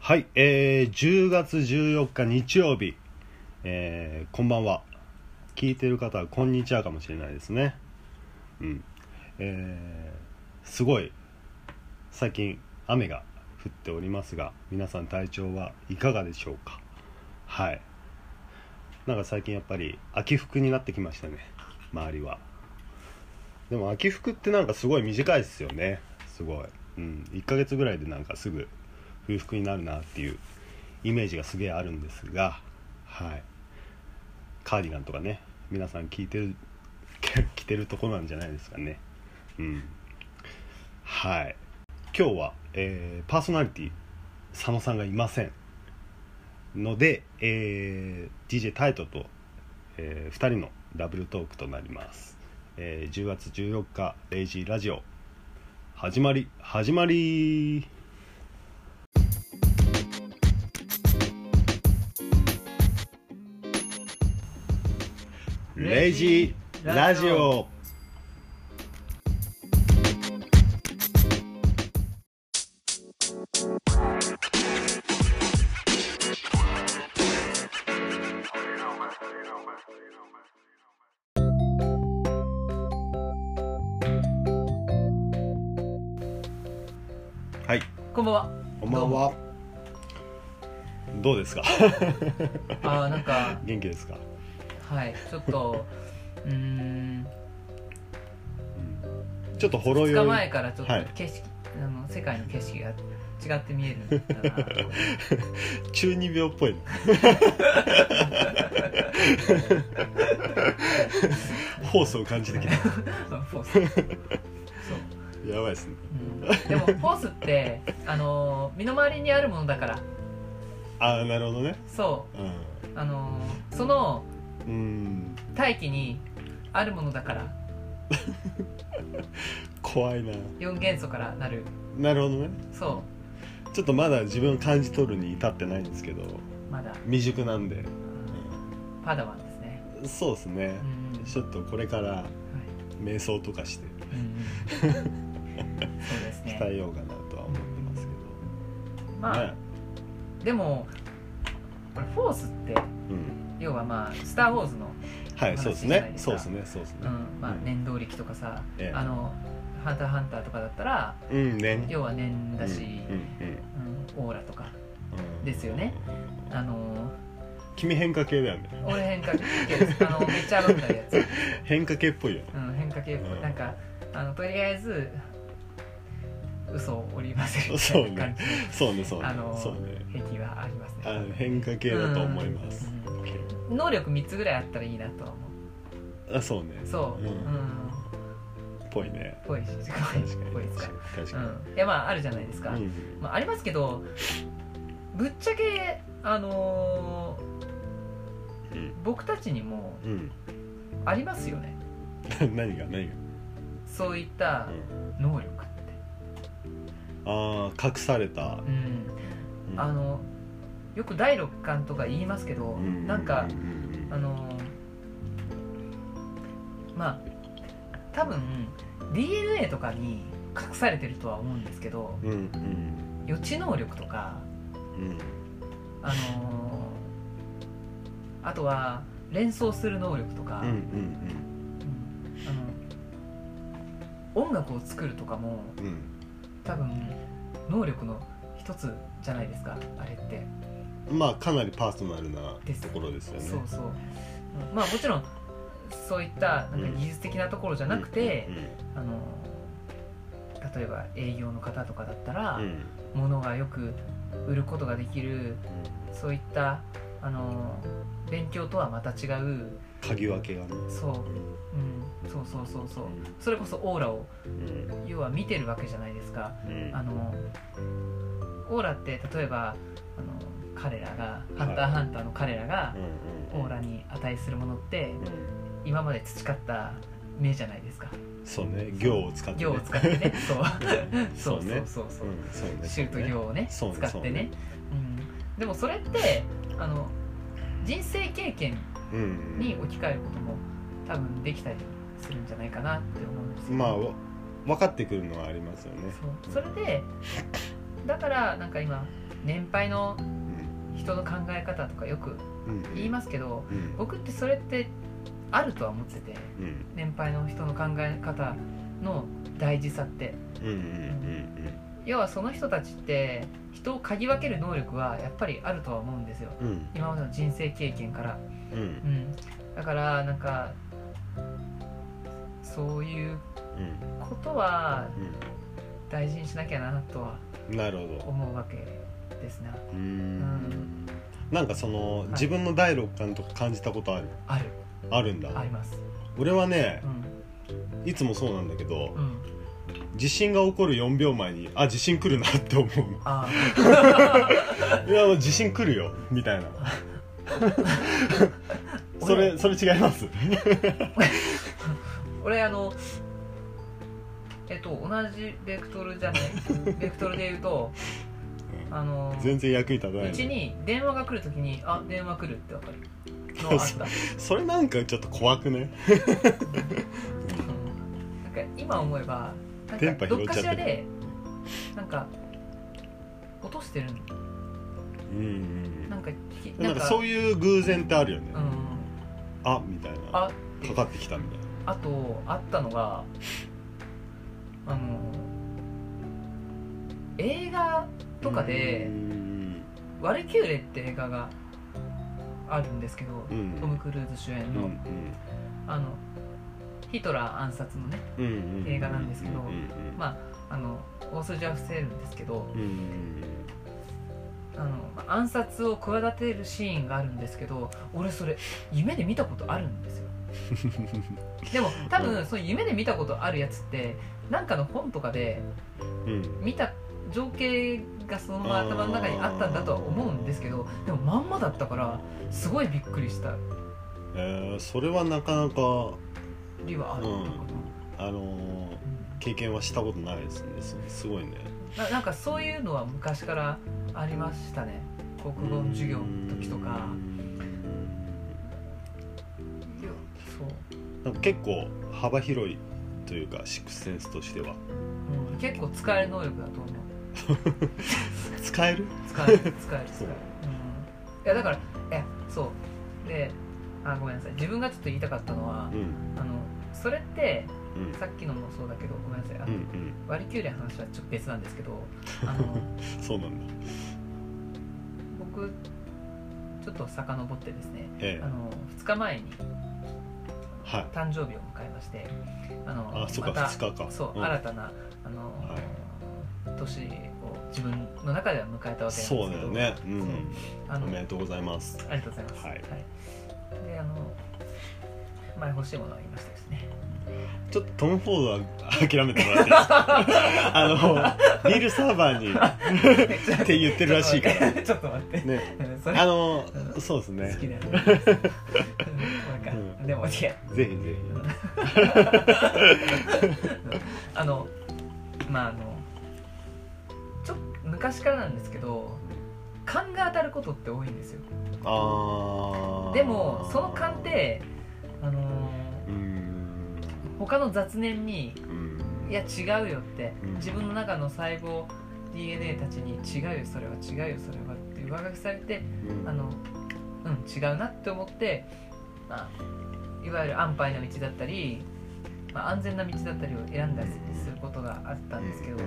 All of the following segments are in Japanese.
はい、えー、10月14日日曜日、えーこんばんは。聞いてる方はこんにちはかもしれないですね。うん。えーすごい、最近雨が降っておりますが、皆さん体調はいかがでしょうかはい。なんか最近やっぱり秋服になってきましたね、周りは。でも秋服ってなんかすごい短いですよね、すごい。うん、1ヶ月ぐらいでなんかすぐ冬服になるなっていうイメージがすげえあるんですが、はい、カーディガンとかね皆さん聞いてる着てるとこなんじゃないですかねうんはい今日は、えーパーソナリティ佐野さんがいませんので、えー DJ タイトと、え2人のダブルトークとなります、えー10月14日「レイジーラジオ」始まり始まりレイジーラジオはいこんばんは。こんばんはどうですか どうも。あーなんか、元気ですか、はい、ちょっと、うーうん、んちょっとほろ2酔日い前からちょっはいと景色、あの世界の景色が違って見えるん だな。中二病っぽいねホースを感じてきたそうフォース。そう。やばいですねうん、でも、フォースって、あのー身の回りにあるものだから、ああなるほどねそうんう、あのーそのうん大気にあるものだから、怖いな4元素からなる、なるほどねそちょっとまだ自分を感じ取るに至ってないんですけどう、まだ、未熟なんで、パダワンですね。うんそうですねうん、うんちょっとこれからはい瞑想とかしてうん うん、そうですね鍛えようかなとは思ってますけどまあ、ねでもこれフォースってうん要はまあ「スター・ウォーズの」はいそうですお話しじゃなねいですそうかですねそうですねうんまあ、うん念動力とかさ、ええあの「ハンター×ハンター」とかだったらうんね要は念だし、うんうんうんオーラとかうんうんですよねあの君変化系だよね俺変化系 ですあのめっちゃ上手くなるやつ、変化系っぽいよねうん、変化系、うんなんかあのとりあえず嘘を織り交ぜるみたいな感じ、そうねそうねあのそうね平気はありますねあの変化系だと思いますうん能力3つぐらいあったらいいなとは思あそうねうそうううんん、ぽいねぽいし確かぽいにですか確うかんいやまああるじゃないですか、にまあ、ありますけどぶっちゃけあのーうん僕たちにもうんうんありますよね 何が何がそういったうん能力って、ああ隠されたうんうんあのよく第六感とか言いますけど、ううなんかう、んあのーまあ多分 DNA とかに隠されてるとは思うんですけどうんうん予知能力とかうんあのーあとは連想する能力とか、うんうんうんあの音楽を作るとかもうんうん多分能力の一つじゃないですかあれって、まあかなりパーソナルなですところですよねそうそううんまあもちろんそういったなんか技術的なところじゃなくて、あのー例えば営業の方とかだったら、うんうんうん物がよく売ることができるそういったあのー勉強とはまた違う鍵分けがねそううんうん、そうそうそうそうそれこそオーラをうん要は見てるわけじゃないですかうんあのオーラって例えばあの彼らが「ハンターはいハンター」の彼らがうんうんオーラに値するものってう今まで培った目じゃないですかんそうね行を使ってね行を使ってね そそうそううねそうそううんそうねそうシュート行をねそ使うねってねうんでもそれってあの人生経験うんうんに置き換えることも多分できたりするんじゃないかなって思うんですよまあわ分かってくるのはありますよねそうそれでだからなんか今年配のうん人の考え方とかよくうん言いますけどうん僕ってそれってあるとは思っててうん年配の人の考え方の大事さってうんうんうん要はその人たちって人を嗅ぎ分ける能力はやっぱりあるとは思うんですようんうん今までの人生経験から、うんうんうん、だからなんかそういうことは大事にしなきゃなとはうんなるほど思うわけですねうーんなんかその自分の第六感とか感じたことあるあるあるんあだります俺はねうんいつもそうなんだけどうん地震が起こる4秒前にあ地震来るなって思うあいやもう地震来るよみたい なそれそれ違います あ俺あのえっと同じベクト ルじゃないベクトルで言うとあの全然役に立たなういちねに電話が来るときにあ電話来るってわかるのあったそれなんかちょっと怖くねなんか今思えば電な波拾んかどっっちゃかってるしらでなんか落としてるのうんうんなんかひうんなんかそういういう偶然ってあるよね、んあみたいなあかってかってきたみたいあとあったのがあの映画なとかでうん「ワルキューレ」って映画があるんですけど、うんトム・クルーズ主演うんうの,、んあのヒトラー暗殺のね、うんうんうん映画なんですけどうんうんまあ、あの大筋は伏せるんですけど、うんあのまあ暗殺を企てるシーンがあるんですけど俺それ夢で見たことあるんですよでも多分その夢で見たことあるやつってなんかの本とかでうんうん うん見た情景がそのまま頭の中にあったんだとは思うんですけどでもまんまだったからすごいびっくりしたえーそれはなかなかりはあるのかあのーなうん経験はしたことないですねすすごいねななんかそういうのは昔からありましたね国語の授業の時とかいやそうなんか結構幅広いというかシックスセンスとしてはうん結構使える能力だと思う使える使え る使える使そえうる、うん、いやだからえそうであごめんなさい自分がちょっと言いたかったのはう、んあのそれってうんさっきのもそうだけどごめんなさいあうの、ん割り切れの話はちょっと別なんですけど あのうんそうなんだ僕ちょっと遡ってですねえあの2日前にえはい誕生日を迎えましてあのあそっまかた2日かそう、ん新たなあの、は年を自分の中では迎えたわけなんですけどそうだよねうそうんあおのめでとうございますありがとうございます。はいで、あの。前欲しいものは言いましたですね。ちょっとトム・フォードは諦めてもらっていいです かあのビールサーバーに って言ってるらしいから ちょっと待って。 ねうんそれあのそうですね好きだよ。 うんなうんか、でも、いや、ぜひぜあの。まあ、あの。ちょっと昔からなんですけど。勘が当たることって多いんですよ。ひああでも、その勘って。あのーうーん他の雑念にうんいや違うよって、うん自分の中の細胞 DNA たちに違うよそれは違うよそれはって上書きされてうんあのうん違うなって思って、まあ、いわゆる安牌な道だったり、まあ、安全な道だったりを選んだりすることがあったんですけど、う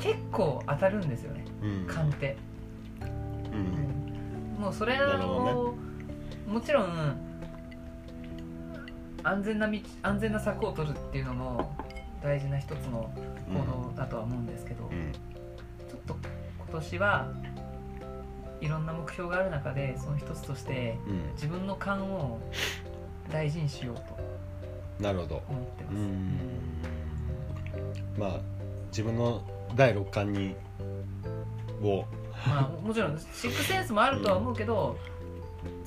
結構当たるんですよねん鑑定、うんもうそれなるほを、もちろん安全な道安全な策を取るっていうのも大事な一つの行動だとは思うんですけど、うんちょっと今年はいろんな目標がある中でその一つとしてうん自分の勘を大事にしようとなるほど思ってまうす、んまあ自分の第六感にをまあ、もちろんシックセンスもあるとは思うけど、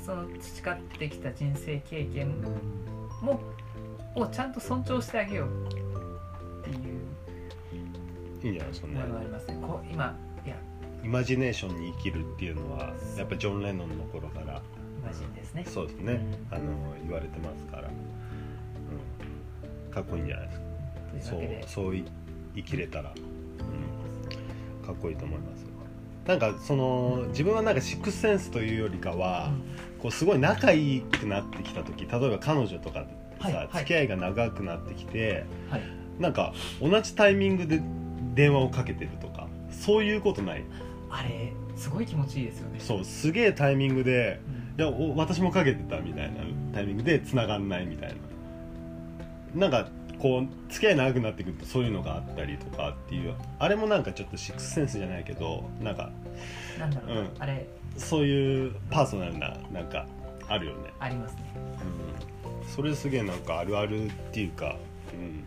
その培ってきた人生経験もをちゃんと尊重してあげようっていういいんじゃないですかね思いはありますねこう今いやイマジネーションに生きるっていうのはやっぱジョン・レノンの頃からイマジンですねそうですねあの言われてますから、うん、かっこいいんじゃないですかとそいうわけうでそうい生きれたら、うん、かっこいいと思いますよなんかその自分はなんかシックスセンスというよりかはう、んこうすごい仲良くなってきた時例えば彼女とかさ、はいはい付き合いが長くなってきて、はいなんか同じタイミングで電話をかけてるとかそういうことないあれすごい気持ちいいですよねそうすげえタイミングでいうんやお私もかけてたみたいなタイミングで繋がんないみたいななんかこう付き合い長くなってくるとそういうのがあったりとかっていうあれもなんかちょっとシックスセンスじゃないけどなんかなんだろうな、うんあれそういうパーソナルななんかあるよねありますねうんそれすげえなんかあるあるっていうか、うん、よ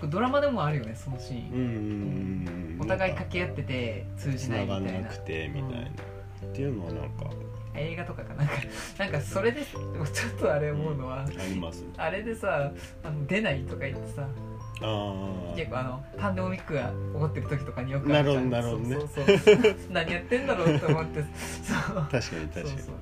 くドラマでもあるよねそのシーン、うんうんうんうんお互いなん掛け合ってて通じ繋ないみたがんいななくてみたいな、っていうのはなんか映画とかかなんかなんかそれで でもちょっとあれ思うのは、ありますあれでさあの出ないとか言ってあさあ結構あのパンデミックが起こってる時とかによくなあるるほじゃどんなるほどねそうそうそう何やってんだろうと思ってそう 確かに確かにそうそう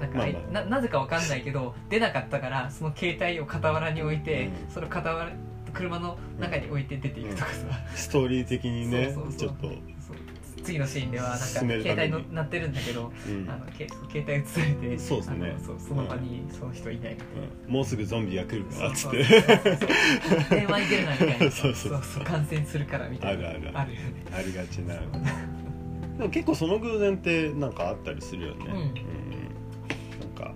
うんなんかまああいまななぜかわかんないけど出なかったからその携帯を傍らに置いて、うんそれを傍ら車の中に置いて出ていくとかさ、ストーリー的にねそうそうそうちょっと、そう次のシーンではなんか進める携ため帯にの鳴ってるんだけど、うんあのけ携帯映されてそうですねあのそうその場にその人いないみたいな。うんもうすぐゾンビが来るからっつってそうそうそうそう電話に出るなみたいな そうそうそう感染するからみたいなあるあるあるよね ありがちなでも結構その偶然ってなんかあったりするよね、うんうんなんか、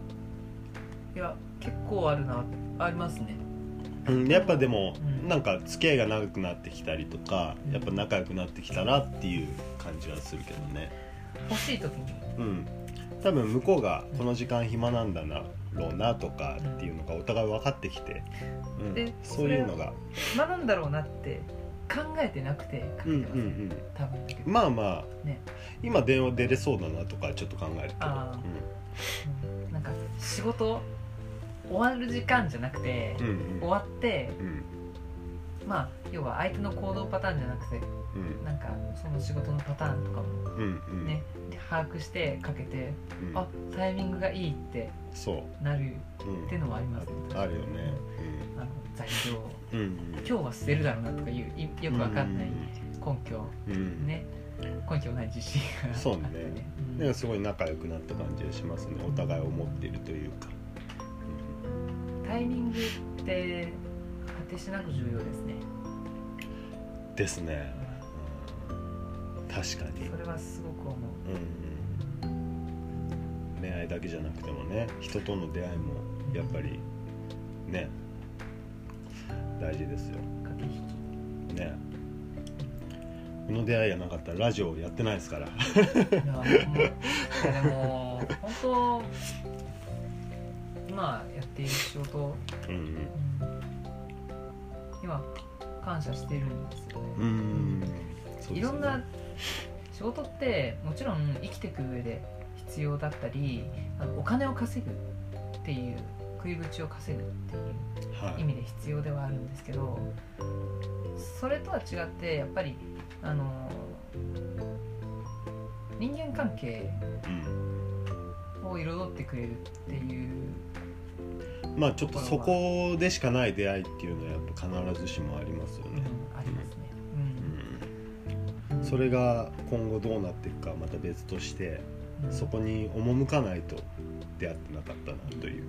いや結構あるなありますねうん、やっぱでも、うんなんか付き合いが長くなってきたりとかやっぱ仲良くなってきたなっていう感じはするけどね欲しい時にうん多分向こうがこの時間暇なんだなろうなとかっていうのがお互い分かってきて、うんでそういうのが暇なんだろうなって考えてなくてうかけんうてんます、多分だけうんど、まあまあ、ね今電話出れそうだなとかちょっと考えるけどあうんなんか仕事終わる時間じゃなくて、うんうん終わってうんうんまあ要は相手の行動パターンじゃなくてうんなんかその仕事のパターンとかもうんうんね、把握してかけてうんあタイミングがいいってそなるう、うんってのはありますねあるよねあの材料うんうん今日は捨てるだろうなとかいういよくわかんない根拠うんうんね根拠ない自信がそうねあってねなんかすごい仲良くなった感じがしますねお互い思ってるというか、うんタイミングって果てしなく重要ですねうんですね、うん確かにそれはすごく思ううんうん、恋愛だけじゃなくてもね人との出会いもやっぱりね大事ですよ駆け引きねこの出会いがなかったらラジオやってないですからいやもういやでも本当今やっている仕事、うんうん今感謝してるんですよね、うんうんそうですねいろんな仕事ってもちろん生きていく上で必要だったりあのお金を稼ぐっていう食い口を稼ぐっていうは意い味で必要ではあるんですけどそれとは違ってやっぱりあの人間関係うんを彩ってくれるっていうまあちょっとそこでしかない出会いっていうのはやっぱ必ずしもありますようんね、ありますね。うん、それが今後どうなっていくかはまた別としてうんそこに赴かないと出会ってなかったなという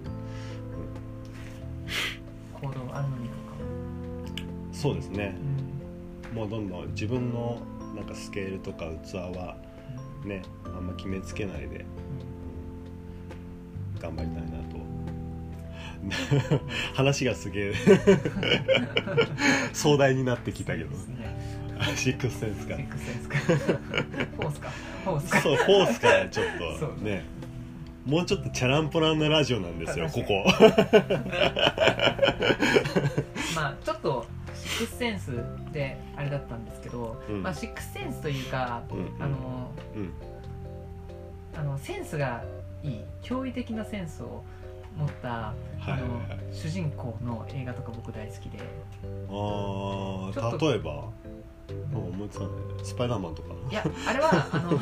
行動あるのみとかも、そうですねうんもうどんどん自分のなんかスケールとか器はねあんま決めつけないで頑張りたいなと 話がすげえ 壮大になってきたけどそうですねシックスセンスセかックスセン スかフォースかフォースかそうフォースからちょっそとうねもうちょっとチャランポランなラジオなんですよこ確こまあちょっとシックスセンスであれだったんですけど、うんまあシックスセンスというか、うんうんあのうんあのセンスがいい驚異的なセンスを持った、はいはいあのはい主人公の映画とか僕大好きであちょっとー例えばもう思いつかないスパイダーマンとかいやあれは あの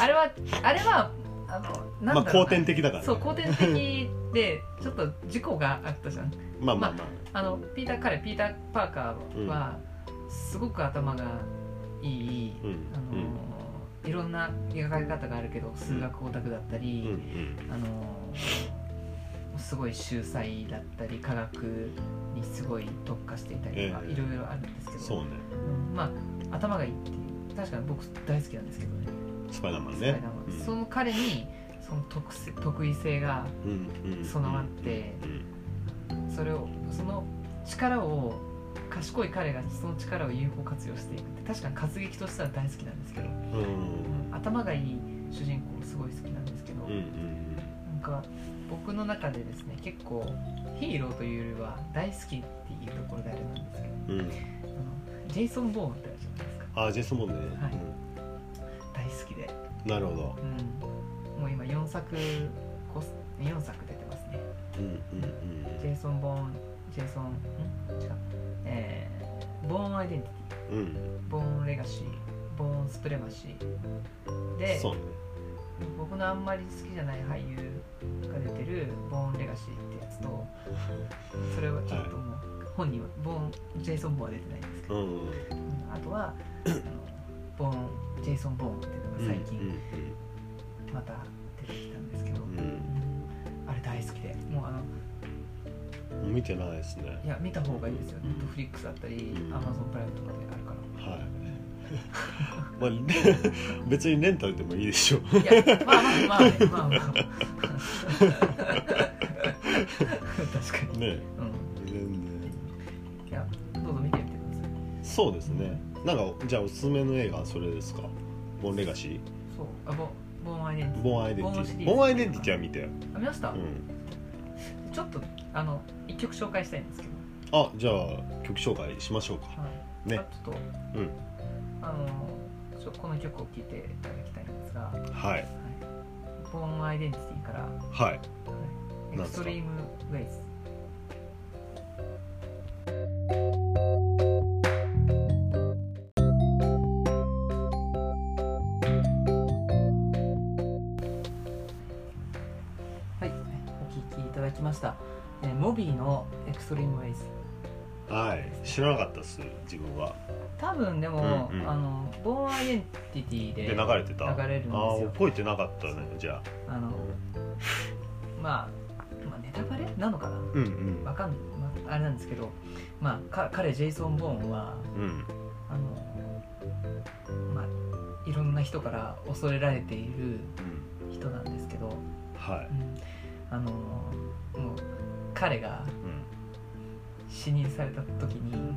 あれはあれはあのなんだろうな、まあ後天的だからねそう後天的でちょっと事故があったじゃんまあまあまああのピーター彼ピーター・パーカーは、すごく頭がいい、うんあのーんな描かれ方があるけど数学オタクだったうんうり、んあのーすごい秀才だったり科学にすごい特化していたりとか、ええいろいろあるんですけどそうねうんまあ頭がいいっていう確かに僕大好きなんですけどねスパイダーマンスパねイダーマンうんその彼にその特性得意性がうんうん備わってうんそれをその力を賢い彼がその力を有効活用していくって確かに活劇としては大好きなんですけど、うん頭がいい主人公すごい好きなんですけど、うんうんなんか僕の中でですね結構ヒーローというよりは大好きっていうところであれなんですけどうんうんあのジェイソン・ボーンってあるじゃないですかあジェイソンボーンね、はい大好きで、うんなるほどうん、もう今4作こす4作出てますねうんうんジェイソン・ボーンジェイソンん違うえーボーン・アイデンティうテんうんィボーン・レガシーボーン・スプレマシーでそうね僕のあんまり好きじゃない俳優が出てる「ボーン・レガシー」ってやつとそれはちょっともう本人はボーンジェイソン・ボーンは出てないんですけうど、んうんうんあとはあのボーンジェイソン・ボーンっていうのが最近また出てきたんですけど、うんうんうんあれ大好きでもうあのうんうん見てないですねいや見た方がいいですよネットフリックスだったりうんアマゾンプライムとかであるか はいまあ ね別にレンタルでもいいでしょう らいやまあまあまあねまあまあ 確かに、ねう全然ん、いやどうぞ見てみてくださいそうですねなんかじゃあおすすめの映画はそれですかボーンレガシそうあボボーンアイデンーティティボーンアイデンティシティリーズボーンアイデンティティは見たよ、あ見ました、うん、ちょっとあの一曲紹介したいんですけあじゃあ曲紹介しましょうかど、はいねまあちょっと、うんあのちょこの曲を聴いていただきたいんですがはい「ボーンアイデンティティ」からはい「エなんクすスかトリームウェイズ」はい、お聴きいただきました、えーモビーの「エクストリームウェイズ」はい知らなかったっす自分は多分でも、うんうんあのボーンアイデンティティでで流流れてたれるんですああよ覚えてなかったねじゃああの、まあ、まあネタバレなのかなうんうんわかんない、まあ、あれなんですけど、まあ、か彼ジェイソン・ボーンはうんあの、まあ、いろんな人から恐れられているうん人なんですけど、はいうんあのもう彼がうん死任された時に、うん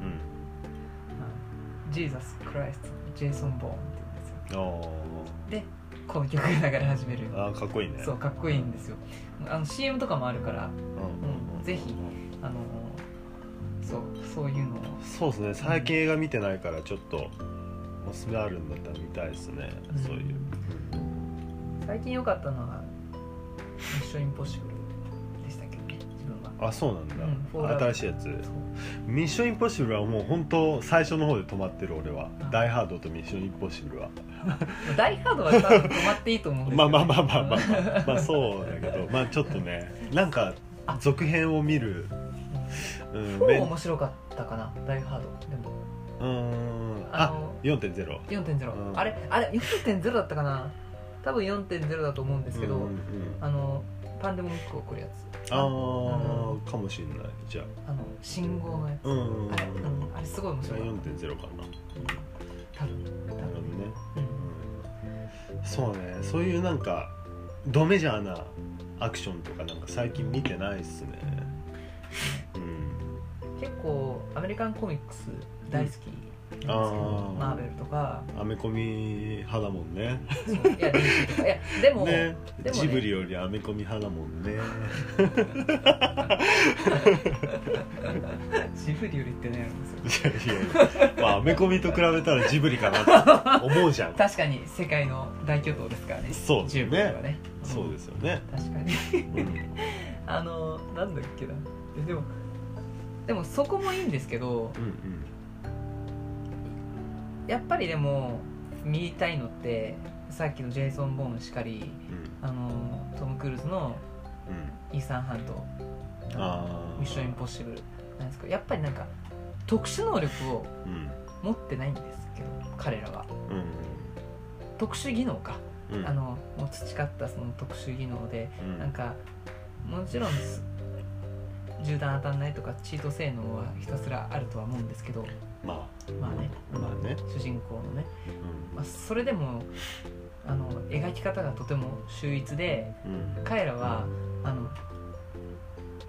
ジーザス・クライスト・ジェイソン・ボーンって言うんですよあこの曲が流れ始めるーあーかっこいいねそうかっこいいんですよあの CM とかもあるからうんうんぜひあのそうそういうのをそうですね最近映画見てないからちょっとおすすめあるんだったら見たいですね、うんそういう最近良かったのは「ミッションインポッシブル」でしたけどね自分はあそうなんだ、うんフォーラブ新しいやつそう「ミッションインポッシブル」はもう本当最初の方で止まってる俺はう「んダイ・ハード」と「ミッションインポッシブルは」 「ダイ・ハード」は多分止まっていいと思うんですまあけどまあまあまあまあまあ、まあ、そうだけどまあちょっとねなんかあ続編を見るうんフォめうー面白かったかな「ダイ・ハード」でもーんああの4.0 4.0、うんあれあれ4.0だったかな多分4.0だと思うんですけど、うんうんあのパンデモニック起こるやつあー、かもしんないじゃあの信号のやつ、あうんあれうんあれすごい面じゃ白あかった4.0かな多分多なるほど分ねうんそうねそういうなんかドメジャーなアクションとかなんか最近見てないっすねうん結構アメリカンコミックス大好きなんですけど、うんあーマーベルとかアメコミ派だもんねそういや DC とかいやでも、ねでもねジブリよりアメコミ派だもんねジブリよりってねいやいやいやまあアメコミと比べたらジブリかなと思う じゃん確かに世界の大巨頭ですからねそうですジよブリはねねそうですよね、す確かにうんあのなんだっけなえでもでもそこもいいんですけどうんうんやっぱりでも見たいのってさっきのジェイソン・ボーンしかりあのトム・クルーズのうんうんイーサン・ハントああミッションインポッシブルなんですけどやっぱりなんか特殊能力をうん持ってないんですけど彼らはうん特殊技能か、うんあのもう培ったその特殊技能でうんなんかもちろんす銃弾当たんないとかチート性能はひたすらあるとは思うんですけどままあねあまあね、主人公のね、うまあ、それでもあの描き方がとても秀逸でんうん、彼らはあの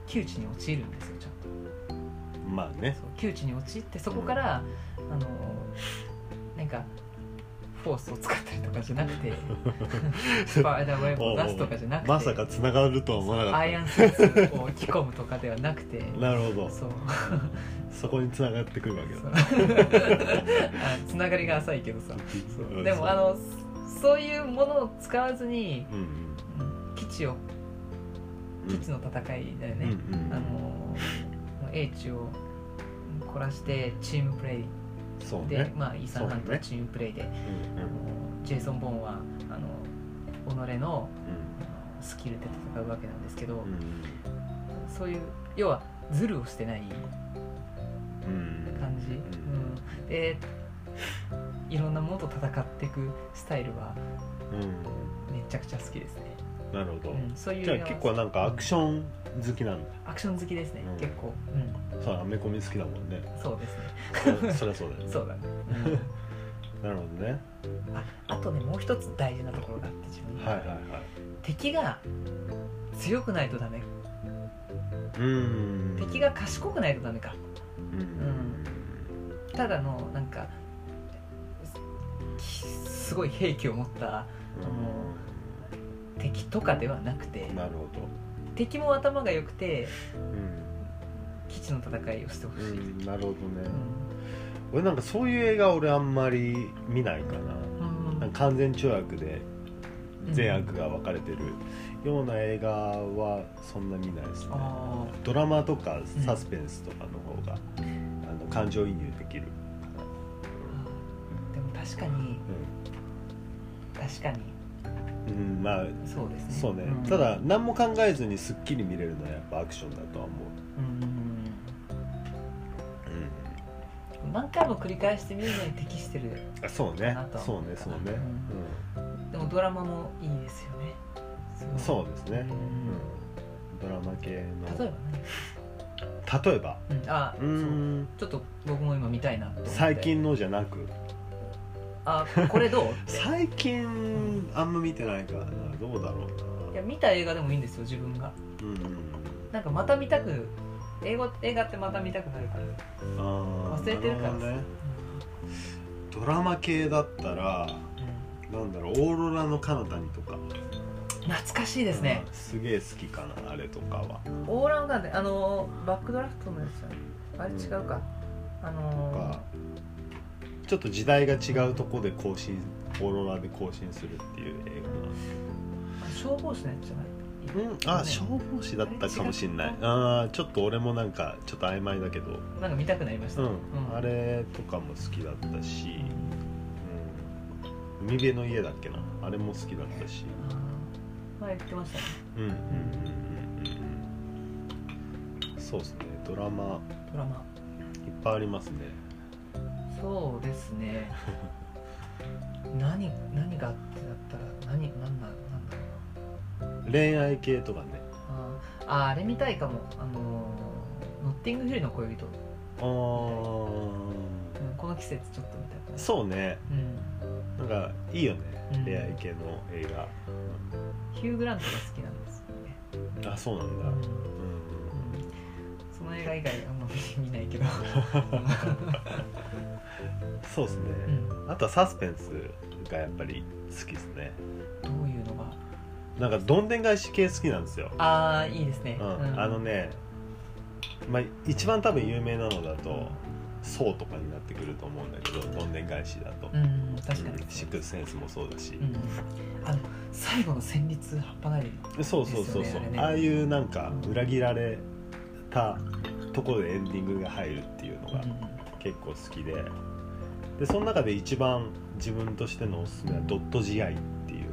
窮地に陥るんですよちゃんと。まあねそう窮地に陥ってそこから、あのなんかフォースを使ったりとかじゃなく てスパイダーウェーブを出すとかじゃなくてまさか繋がるとは思わなかアイアンスーツを着込むとかではなくてったなるほどそうそこに繋がってくるわけだそう あつながりが浅いけどさそううんでもあのそういうものを使わずにうんうんうん基地をうん基地の戦いだようんね、うんあの英知を凝らしてチームプレイそうで、ねまあ、イーサン・ハンそうとねチームプレイで、うあのんジェイソン・ボーンはあの己のうあのスキルで戦うわけなんですけど、んうんそういう要はズルをしてないうん感じ、うんでいろんなものと戦っていくスタイルはうんめちゃくちゃ好きですね、なるほどうん、そういうじゃあ結構なんかアクション好き なんだアクション好きですね、うん結構、うん、そうアメコミ好きだもんねそうですねそそりゃそうだよね そうだね、うんなるほどねああとねもう一つ大事なところがあって自分にはいはいはい敵が強くないとダメうん敵が賢くないとダメかうんうんただのなんかすすごい兵器を持った敵とかではなくてなるほど敵も頭が良くてうん基地の戦いをしてほうしい、うんんなるほどね俺なんかそういう映画俺あんまり見ないかなうんなんか完全懲悪で善悪が分かれてるような映画はそんな見ないですねあドラマとかサスペンスとかの方が、あの感情移入できる、ーでも確かに確かにうんうん、まあそうですねそうね、んただ何も考えずにすっきり見れるのはやっぱアクションだとは思う、うん何回も繰り返して見るのに適してるあそうかねなとはそう思うねかそうなね、でもドラマもいいですよねうん、そうですうね、うんんドラマ系の例えば何例えばうんあうーんそうちょっと僕も今見たいなと思って最近のじゃなくあこれどう最近あんま見てないからなどうだろういなや見た映画でもいいんですよ自分がうんなんかまた見たく英語映画ってまた見たくなるから、うんあー忘れてるからなほどねドラマ系だったらなんだろうオーロラの彼方にとか懐かしいですねう、んすげえ好きかなあれとかはオーランガンであのーバックドラフトのやつじゃないあれ違うか、あとのかちょっと時代が違うとこで更新オーロラで更新するっていう映ー消防士のやつじゃない画うんあ消防士だったかもしんないあれ違っあーちょっと俺もなんかちょっと曖昧だけどなんか見たくなりました、うん、うんあれとかも好きだったし、うん、海辺の家だっけなあれも好きだったしあー前言ってましたねうんうんうんうんうんそうですねドラマドラいマっぱいありますねそうです ね何何があってだったら何何なんなんだろうな恋愛系とかねあーあーあれ見たいかもあのーノッティングヒルの恋人、あーうんこの季節ちょっと見たくないそうねう、なん、んかいいよね、うん恋愛系の映画、ヒュー・グラントが好きなんですよね、あそうなんだ、う、うんその映画以外あんま見な いけど、ん、そうですね、うん、どあとはサスペンスがやっぱり好きですねういうのがなんかどんでん返し系好きなんですよ、ああいいですね、うんあのね、まあ、一番多分有名なのだと「そう」とかになってくると思うんだけどどんでん返しだと、うん確かに、うんシックスセンスもそうだしう、ん、あの最後の旋律葉っぱなりそうそうそうですそよう、ねあれねああいうなんか裏切られたところでエンディングが入るっていうのうがん結構好きででその中で一番自分としてのおすすめは「ドット GI」っていう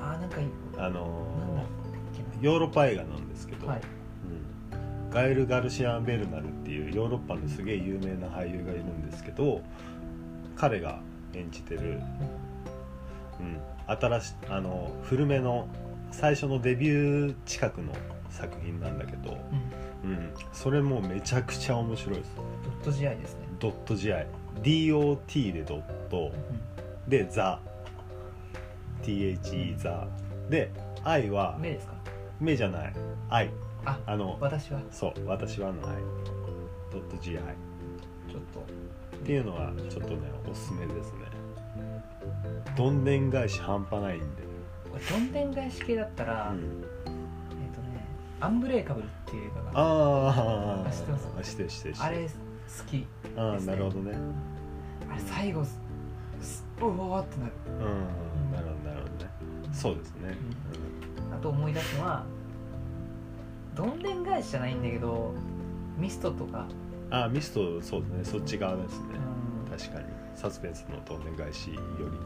あーなんかあなんだっのけなーヨーロッパ映画なんですけど、はいうんガエル・ガルシア・ベルナルっていうヨーロッパのすげえ有名な俳優がいるんですけど彼が演じてる新しあの古めの最初のデビュー近くの作品なんだけど、うんうん、それもめちゃくちゃ面白いですドット試合ですね、ドット試合 DOT でドットでザ THE ザで愛うはん、目ですか目じゃない愛ああの私はそう私はの愛ドット GI っちょっとていうのはちょっとねおすすめですねどんでん返し半端ないんで、どんでん返し系だったら、うん、えっ、とねアンブレイカブルっていう映画がああああ知ってますしてる知ってる知ってるれ好きあーなるほどねあれ最後すすうおーってなるうんなるほどなるほどねそうですね、あと思い出すのはどんでん返しじゃないんだけどミストとか、うん、ああミストそうですねそっち側ですねうん確かにサスペンスのどんでん返しより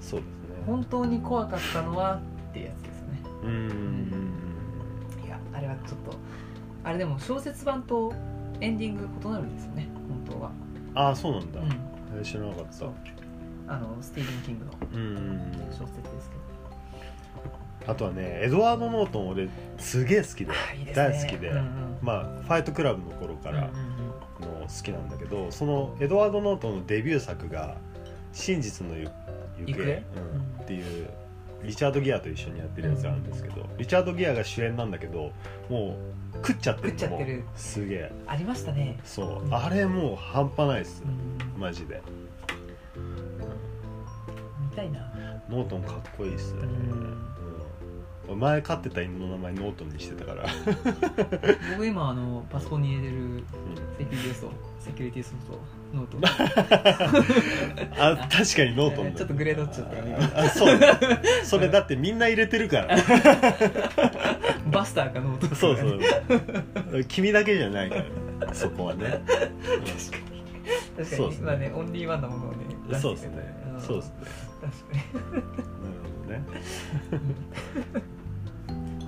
そうですね本当に怖かったのはってやつですねうーんいやあれはちょっとあれでも小説版とエンディング異なるんですよね本当はああそうなんだう、んえー知らなかっそうたあのスティーブン・キングのうん小説ですけどあとはねエドワード・ノートン俺すげえ好きであーいいですね大好きでうんうんまあファイトクラブの頃からうんうんうんもう好きなんだけどそのエドワード・ノートンのデビュー作が「真実のゆ行行方」方うんっていうリチャード・ギアと一緒にやってるやつがあるんですけどリチャード・ギアが主演なんだけどもう食っちゃってる食っちゃってるもうすげえありましたね、そうあれもう半端ないっすうんマジで見たいなノートンかっこいいっすね、ううんん俺前飼ってた犬の名前ノートンにしてたから、僕今あのパソコンに入れてるうんセキュリティソフトセキュリティソフトノートあ確かにノートンだ ちょっとグレードっちゃったよ今ああそうだそれだってみんな入れてる からバスターかノートそう そう君だけじゃないからそこはね、確かそうにですね今ねオンリーワンなものをねうんそうですねそうですね確なかるほど ね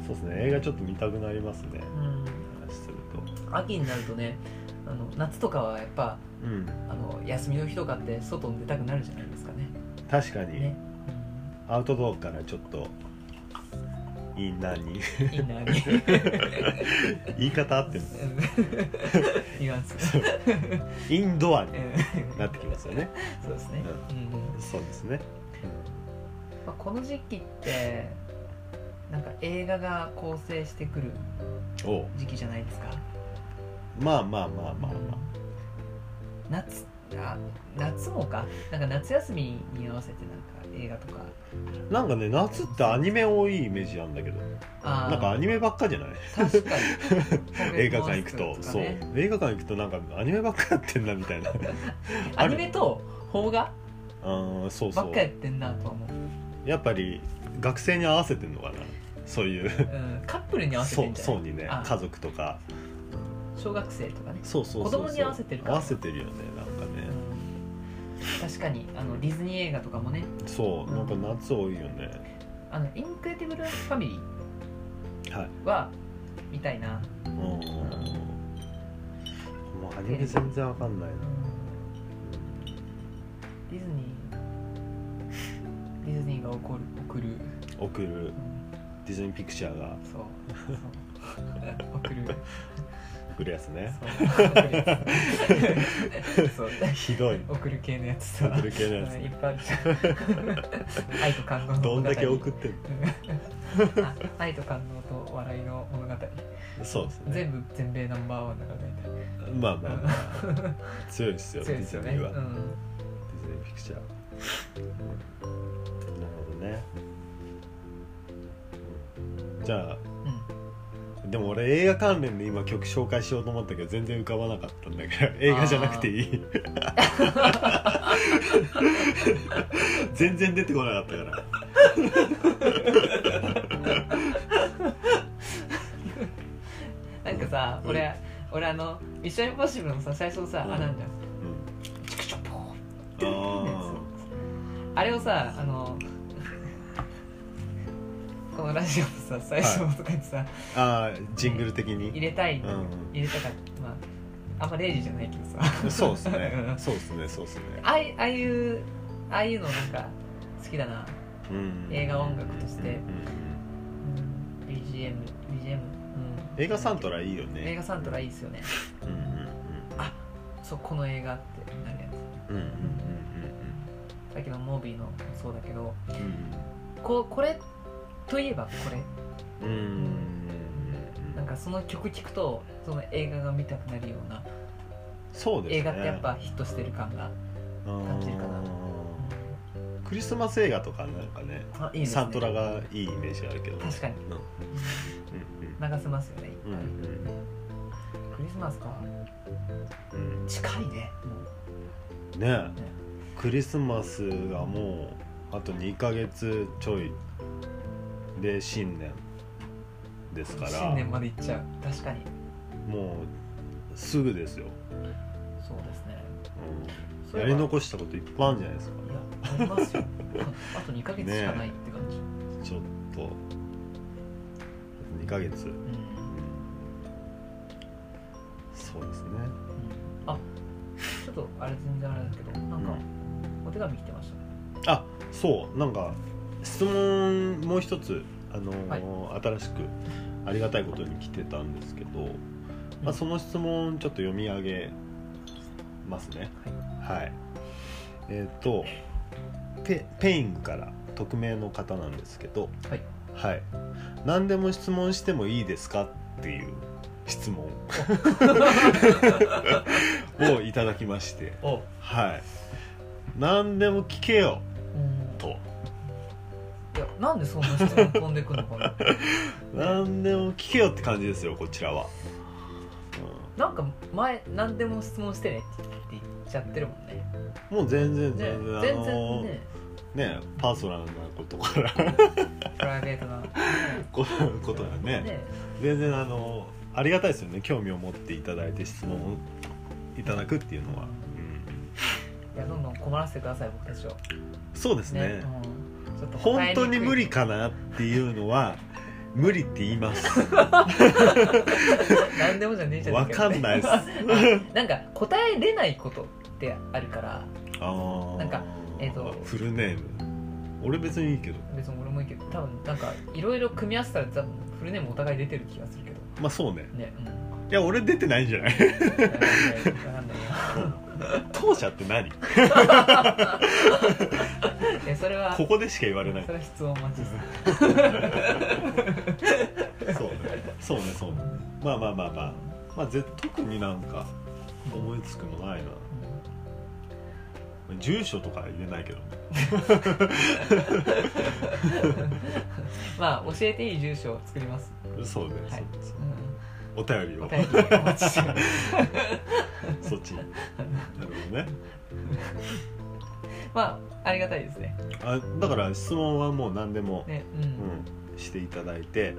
そうですね映画ちょっと見たくなりますねに、話するとうん、秋になるとねあの夏とかはやっぱうんあの休みの日とかって外に出たくなるじゃないですかね確かに、ね、アウトドアからちょっとインナーに うん、いいな秋 言い方合ってるニュアン スがインドアにうんなってきますよねそうですね、うんうんそうですねまあ、この時期ってなんか映画が構成してくるおう時期じゃないですかまあまあまあまあま夏あ夏もかなんか夏休みに合わせてなんか映画とかあなんかね夏ってアニメ多いイメージなんだけどあーなんかアニメばっかじゃない確かに 映画館行くとポそうケットモンスターとかね映画館行くとなんかアニメばっかやってんなみ たいなアニメと邦画うんそうばそっうかやってんなとは思う、やっぱり学生に合わせてんのかなそういううん、カップルに合わせそてうんじゃそなういにねあ家族とか小学生とかねそうそうそうそう子供に合わせてるか合らわせてるよねなんかね確かにあのディズニー映画とかもねそうなんか夏多いよねあのインクレディブルファミリーはいは見たいなうんもうアニメ全然わかんないなディズニーディズニーが送る送る送るディズニーピクチャーがそうそう送る送るやつねそうそうひどい送る系のやつさ送る系のやうんいっつぱいあるじゃん愛と感動のどん物語だけ送ってんうんあ愛と感動と笑いの物語のそうですね全部全米ナンバーワンだから大まあまあま体あ強いですよ強いディですズよニねーは、うディんズニーピクチャーなるほどねうんじゃあうんでも俺映画関連で今曲紹介しようと思ったけど全然浮かばなかったんだけど映画じゃなくていい全然出てこなかったからなんかさ、うん俺俺あの「ミッションインポッシブル」のさ最初のさ、うんあなんじゃんうチクチョポーンんああれをさあのこのラジオのさ最初のとかにさ、ーあージングル的入にれたうい、ん入れたかったまああんまレイジじゃないけどさそうっすねうん そうっすねそうっすねあいああいうああいうのなんか好きだな、うん映画音楽としてうんうんうんうん、BGM BGM、うん、映画サントラいいよね映画サントラいいですよねうんうんそうこの映画ってなるやうんうんうんうんつさっきのモービーのもそうだけどうんここれといえばこれうんうんうんうんうなんんかその曲聴くとその映画が見たくなるようなそうですね映画ってやっぱヒットしてる感が、感じるかなうんクリスマス映画とかなんかねあいいですねサントラがいいイメージあるけど確かにうんうんうん流せますよね、うんクリスマスかうんうん近いねもうねえクリスマスがもうあと2ヶ月ちょいで新年ですから新年までいっちゃう確かにもうすぐですよ、そうですねうん、やり残したこといっぱいあるんじゃないですかいやありますよ あと2ヶ月しかないって感じ、ちょっと2ヶ月、うんうんそうですねうんあちょっとあれ全然あれだけどなんかお手紙来てましたねあそうなんか質問もう一つ、あのー新しくありがたいことに来てたんですけど、まあ、その質問ちょっと読み上げますねはい、えっ、とペペイングから匿名の方なんですけどはいはい何でも質問してもいいですかっていう質問 をいただきましておはい何でも聞けようんといやなんでそんな質問飛んでくるのかな何でも聞けよって感じですよこちらは、なんか前何でも質問してねって言っちゃってるもんねうんもう全然全ね然、あの全然ねねパーソナルなことから プライベートなことだねね全然あのありがたいですよね興味を持っていただいて質問をいただくっていうのは、うん、いやどんどん困らせてください僕たちをそうですねうん、ちょっと答え本当にくい無理かなっていうのは無理って言います 何でもじゃねえじゃねわえかんないですあ なんか答えれないことってあるからーなんかえーとフルネーム俺別にいいけど別に俺もいいけど多分なんかいろいろ組み合わせたら多分フルネームお互い出てる気がするけどまあそうねねうんいや俺出てないんじゃない わかんないわかんない当社って何ないやそれはここでしか言われないそれは質問待ちですそうねそうねそうねまあまあまあまあまあぜ特になんか思いつくもないな住所とかは言えないけどねまあ教えていい住所を作ります、そうね、はいそうそううお便りん、おを便りお待ちしてま すそっちになるほどねまあありがたいですねあだから質問はもう何でも、ねう、うんん、していただいて、う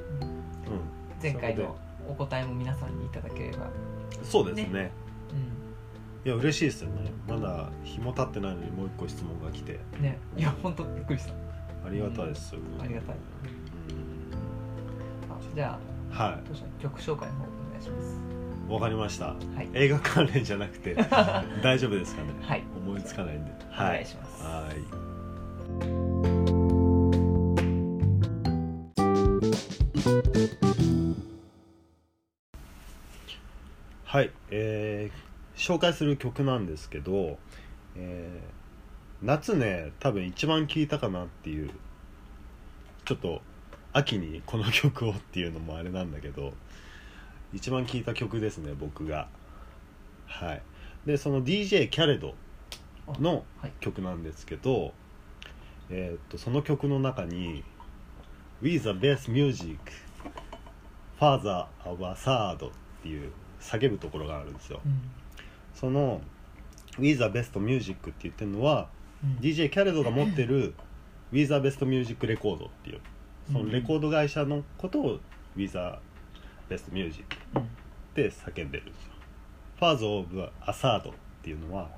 前回のお答えも皆さんにいただければ、ん、そうですねういや嬉しいですよねまだ日も経ってないのにもう一個質問が来てん、ねいや本当びっくりしたありがたいですよ、ありがたいうんあじゃあはどうしよう曲紹介の方お願いしますいわかりましたはい映画関連じゃなくて 大丈夫ですかねはい思いつかないんでおは願いいします、はいはい、えー紹介する曲なんですけど、えー夏ね多分一番聴いたかなっていうちょっと秋にこの曲をっていうのもあれなんだけど一番聴いた曲ですね僕がはいでその DJ キャレドのはい曲なんですけど、えーっとその曲の中に「We the best music father of a third」っていう叫ぶところがあるんですようんその「We the best music」って言ってるのはうん DJ キャレドが持ってる「We the best music record」っていうそのレコード会社のことを「We the best music」うんって叫んでるんですよファーズ・オブ・アサードっていうのは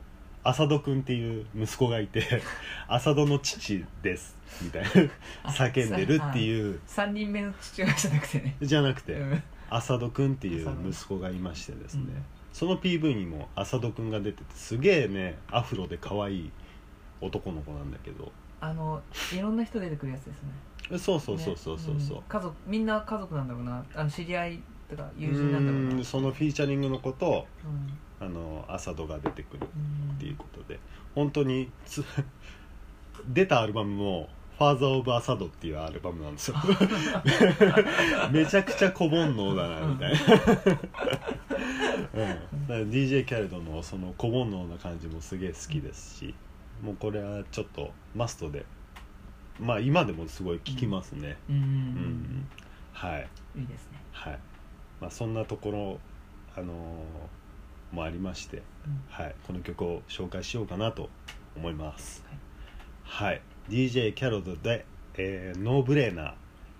アサド君っていう息子がい てアサドの父ですみたいな叫んでるっていう3人目の父親じゃなくてねじゃなくうてんアサド君っていう息子がいましてですね、うんその PV にもアサド君が出ててすげえねアフロで可愛い男の子なんだけどあのいろんな人出てくるやつですねえそうそうそうそうそうそうねん家族みんな家族なんだろうなあの知り合いとかう友人なんだろうなーんそのフィーチャリングの子とうんあの朝ドが出てくるうんっていうことで本当につ 出たアルバムも「ファーザー・オブ・アサド」っていうアルバムなん ですよめちゃくちゃ小煩悩だなみ たいな、うん、だから DJ キャルドのその小煩悩な感じもすげえ好きですしもうこれはちょっとマストでまあ今でもすごい聴きますねうんうん、はいいいですね、はい、まあ、そんなところあのーもありましてうんはい、この曲を紹介しようかなと思いますはい、DJ キャロットで、えーノーブレーナー」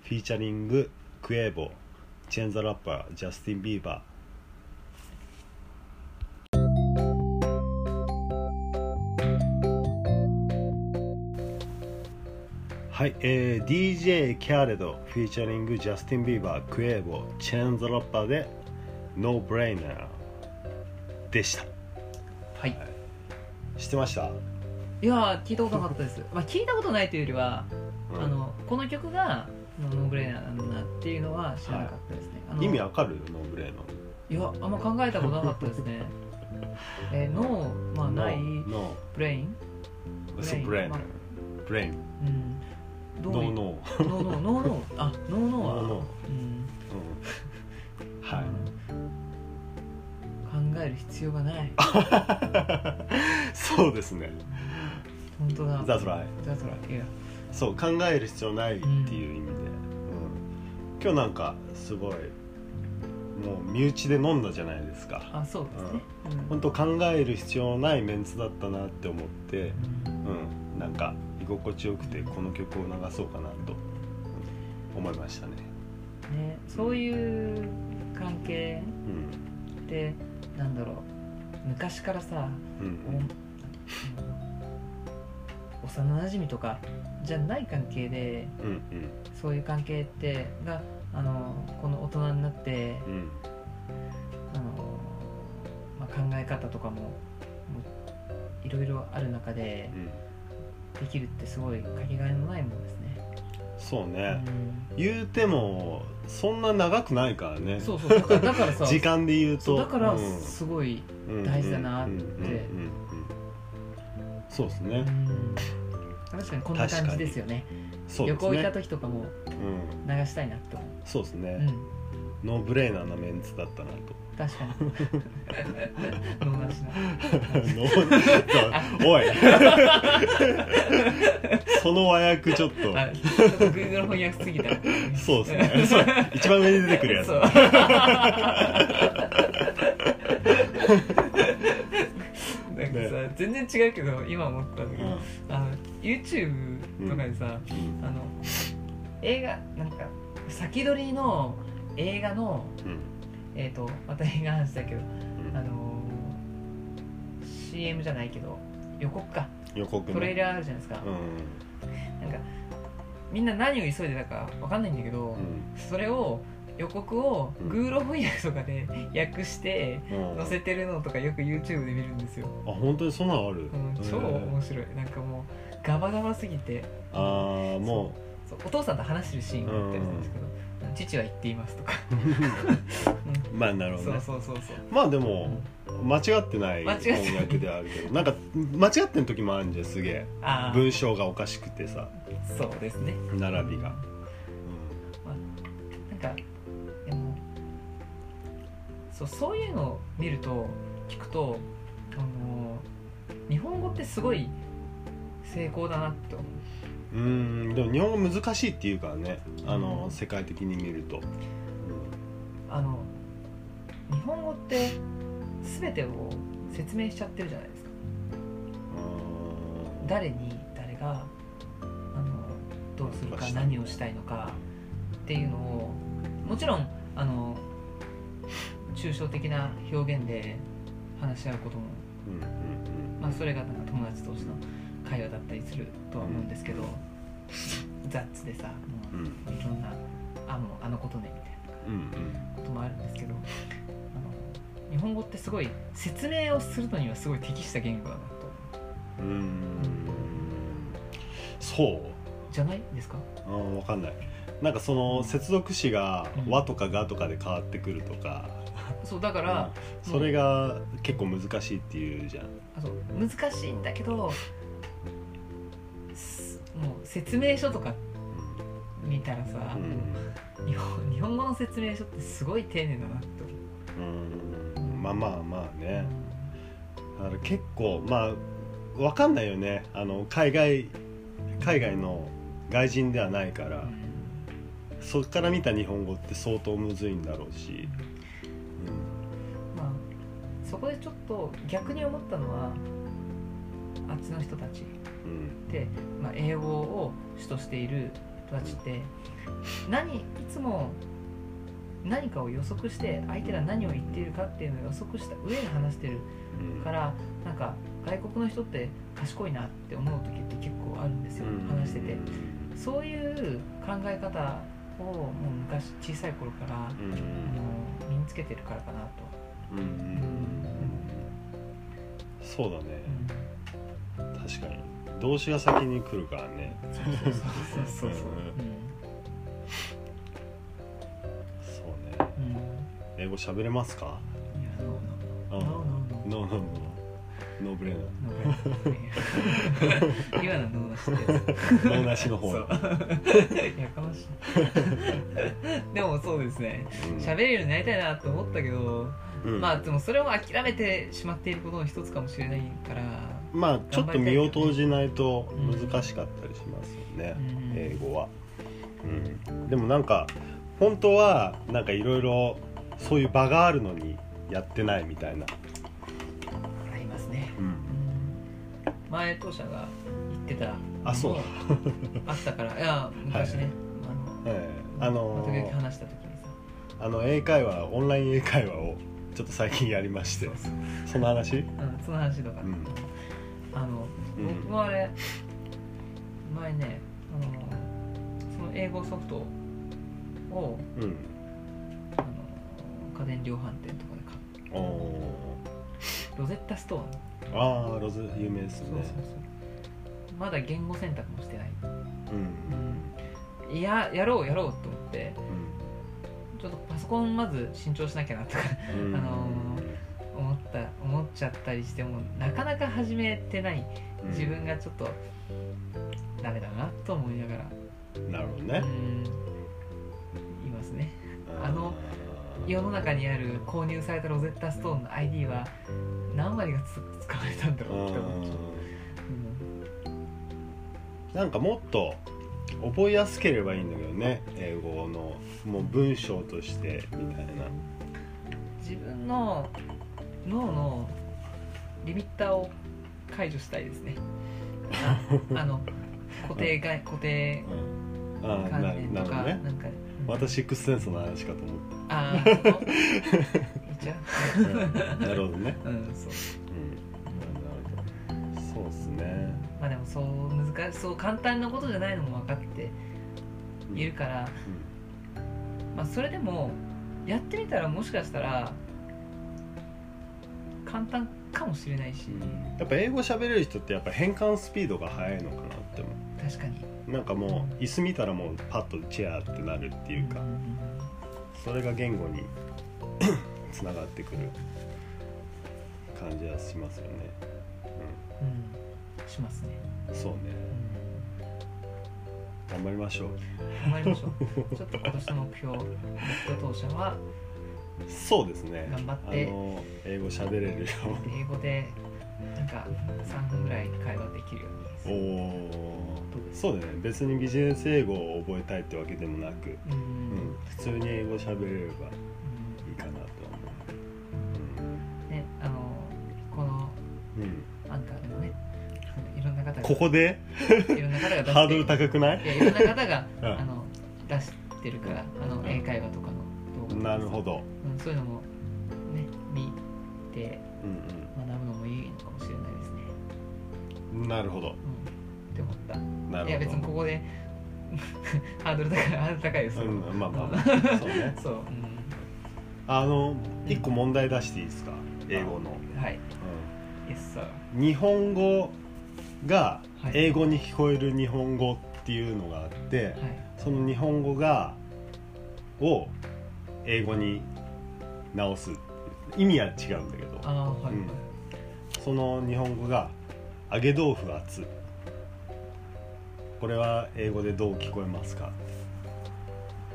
フィーチャリングクエーボチェンザラッパージャスティン・ビーバーはい、えー、DJ キャレドフィーチャリングジャスティン・ビーバークエーボチェンザラッパーでノーブレーナーでしたはい知ってましたいやー聞いたことなかったです、まあ、聞いたことないというよりは、うんあのこの曲が「ノーブレーナー」なんだなっていうのは知らなかったですね、あの意味わかるノーブレーのいやあんま考えたことなかったですねえー脳、まあ、ないノブレインーそうブレーンまあブレーンうんどノういーうノー脳脳脳脳あ脳脳は脳脳うんうんはい考える必要がないそうですね本当だ That's right だからいやそう考える必要ないっていう意味で、うん今日なんかすごいもう身内で飲んだじゃないですかあそうですねうん本当考える必要ないメンツだったなって思ってうんなんか居心地よくてこの曲を流そうかなとうん思いましたねねそういう関係うんってなんだろう昔からさうんお幼馴染とかじゃない関係でうんそういう関係ってがあのこの大人になってうんうんあの、まあ、考え方とかももういろいろある中でうんできるってすごいかけがえのないものですね。そううね、ん言うてもそんな長くないからねそうそうだからだからさ時間で言うとそうだからうんすごい、大大事だなってそうですうねん確かにこんな感じですよねそう旅です行行ったね時とかもうん流したいなって思う、そうですうねん、ノーブレーナーなメンツだったな と確かに脳出しなノーおいその和訳ちょっとあちょっと Google 翻訳すぎた そうですねそう一番上に出てくるやつそうなんかさ全然違うけど今思ったんだけど、あの YouTube とかでさ、うんあの映画なんか先取りの映画のうんえっ、とまた映画の話だけどうんあのー CM じゃないけど予告か予告トのレーラーあるじゃないですか、うんなんかみんな何を急いでたかわかんないんだけど、うんそれを予告をうんグーロ翻訳とかで 訳してうん載せてるのとかよく YouTube で見るんですよ、あ本当にそんなのある、うん、超面白いなんかもうガバガバすぎてああもそうお父さんと話してるシーンがあったりするんですけど「父は言っています」とか、 うまあなうるんほそどうねそうそうそうまあでも間違ってない間違ってない翻訳ではあるけどなんか間違ってん時もあるんじゃんすげえあ文章がおかしくてさあそうですね並びが、なんかでもそうそういうのを見ると聞くとあの日本語ってすごい成功だなって思ううんうんでも日本語難しいっていうからねあの、うん世界的に見ると、あの日本語って全てを説明しちゃってるじゃないですかうん誰に誰があのどうするどうかした何をしたいのかっていうのをもちろんあの抽象的な表現で話し合うこともうんまあ、それがなんか友達同士の会話だったりするとは思うんですけど、 雑でさもうんうんういろんな「あもうあのことね」みたいなうんうんこともあるんですけどあの日本語ってすごい説明をするのにはすごい適した言語だなとうんうんそうじゃないですかうん分かんないなんかその接続詞が「和」とか「が」とかで変わってくるとか、そうだから、うんそれが結構難しいっていうじゃんあそう難しいんだけどすもう説明書とか見たらさ、う、日本日本語の説明書ってすごい丁寧だなって思うんうん、まあまあまあねだから結構まあわかんないよねあの海外海外の外人ではないからそっから見た日本語って相当むずいんだろうし、まあそこでちょっと逆に思ったのはあっちの人たちうんうん、って、まあ、英語を主としている人たちって何いつも何かを予測して相手が何を言っているかっていうのを予測した上で話してるうん、からなんか外国の人って賢いなって思う時って結構あるんですよ話しててうんそういう考え方をもう昔小さい頃からもうんう身につけてるからかなと、うんうんそうだねうん、確かに動詞が先に来るからねそうそうそうそうそうそうねうんうん英語喋れますかいやノうーノーノーんノーノーノーノーノーノーブ レーノーブレイン今のノーなしってナーノーなしの方そうやかましいでもそうですねうん喋れるようになりたいなと思ったけど、うんまあでもそれを諦めてしまっていることの一つかもしれないから、まあちょっと身を投じないと難しかったりしますよねう、ん英語は、うん、でもなんか本当はなんかいろいろそういう場があるのにやってないみたいな、ありますね、う、うんん、前当社が言ってたあそうのもあったからいや昔ね、ええあのあの時々話した時にさあの英会話オンライン英会話をちょっと最近やりましてそうそうその話うんその話とか、うんあのうん僕もあれ前ねあのその英語ソフトをうんあの家電量販店とかで買っおロゼッタストアのーああロズ有名ですそうねそうそうまだ言語選択もしてない、うんいややろうやろうと思ってうちょっとパソコンまず新調しなきゃなとかんあの思った思っちゃったりしてもなかなか始めてないうん自分がちょっとダメだなと思いながらなるほどねうんいますねあの世の中にある購入されたロゼッタストーンの ID は何割がつ使われたんだうろうって思っちゃう、んうんなんかもっと覚えやすければいいんだけどね英語のもう文章としてみたいな自分の脳のリミッターを解除した いですねああの固定概固定うんああな観念なとるほかどねなんか、うんまたシックスセンスの話かと思 っあ あそう言っちゃたなるほどねううんそううんなるほどそうですねまあでもそう難しそう簡単なことじゃないのも分かってうんいるから、まあ、それでもやってみたらもしかしたら簡単かもしれないしうんやっぱ英語喋れる人ってやっぱ変換スピードが速いのかなって思確かにうなんかもう椅子見たらもうパッとチェアってなるっていうかそれが言語に つながってくる感じはしますよね、うんしますねうん、そうね頑張りましょう頑張りましょうちょっと今年の目標僕と当社はそうですね頑張ってあの英語喋れるよ 英語でなんか3分ぐらい会話できるよううにおーそうだね別にビジネス英語を覚えたいってわけでもなく、うんうん、普通に英語喋れればいいかなと思うんねあのこのう、うんうん、アンカーでもねいろんな方がここでいろんな方が出してハードル高くないいやいろんな方が、うんあの出してるからあのうん英会話とかの動画とかなるほ、ど、うん、そういうのもね見てうん学ぶのもいいのかもしれないですね、うん、なるほどうん、って思ったなるほどいや別にここでハードル高いハードル高いですよ、うん、まあまあ、ま あ、そうねそう、うあの一個問題出していいですか英語の、ん、はいうん Yes sir 日本語がはい英語に聞こえる日本語っていうのがあってはいその日本語がを英語に直す意味は違うんだけどああはい、うんその日本語が「揚げ豆腐熱」これは英語でどう聞こえますか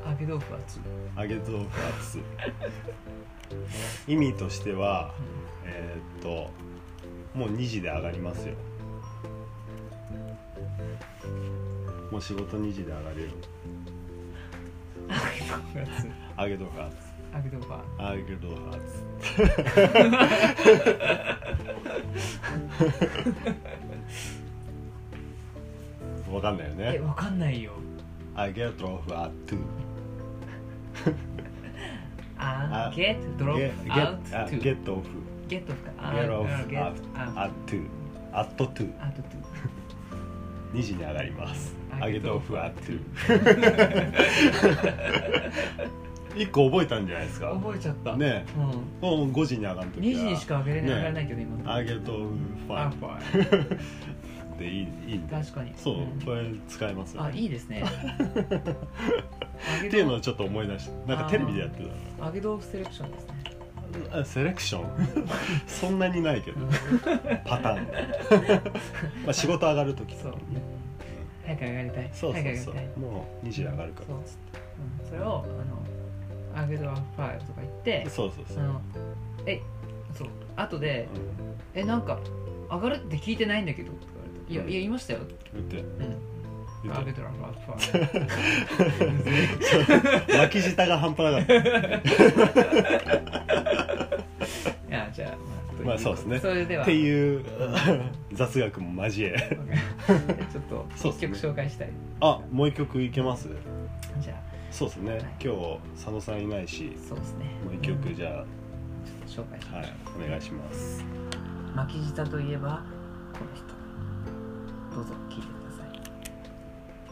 揚げ豆腐は熱い、揚げ豆腐熱意味としてはえーっともう2時で上がりますよもう仕事2時で上がるようん、揚げ豆腐は熱い揚げ豆腐熱揚げ豆腐は揚げ豆腐熱わかんないよえねわかんないよ揚げ豆腐熱あー get drop out to ゲットオフ get off かあゲットオフー get out アットゥアットトゥ out to 2時に上がります揚げ豆腐アットゥ1個覚えたんじゃないですか覚えちゃったねうんもう5時に上がるとき2時にしか上げれない上がれないけど今の揚げ豆腐ファあンファイっていいいいんだ 確かにそう、んこれ使えますよあねい いですねっていうの揚をちょっと思い出してなんかテレビでやってげ豆揚げ豆腐セレクショ ンですねたあセレクション そんなにないけどパター ンまあ仕事上がるときそとうかね早く上がりたいそうそ早くう上がりそうたいもう2時上がるかそううんそれをあの揚げ豆腐ファイとか言ってらそうそうそあう、のえそう後でう「えなんか上がるって聞いてないんだけど」って言われて「いやいや言いましたよ」ん、言ってうん言揚っ げて豆腐ファイ巻き舌が半端なかっいやじゃあまあまあそうですねそれでたはって いう雑学も交えわかりましたちょっとそうっ一すね曲紹介したいあもう一曲いけますじゃあそうですね、い今日佐野さんいないしそうですねもう一曲じゃちょっと紹介しあ、まはすい、お願いします巻き舌といえばこの人どうぞ聞いてください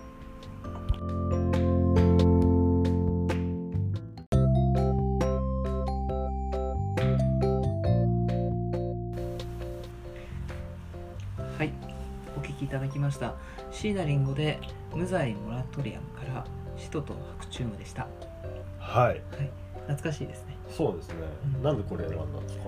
はいお聞きいただきましたシーダリンゴで無罪モラトリアムから使徒と白チュームでしたはい懐かしいですねそうですねうんなんでこれ選んだんですか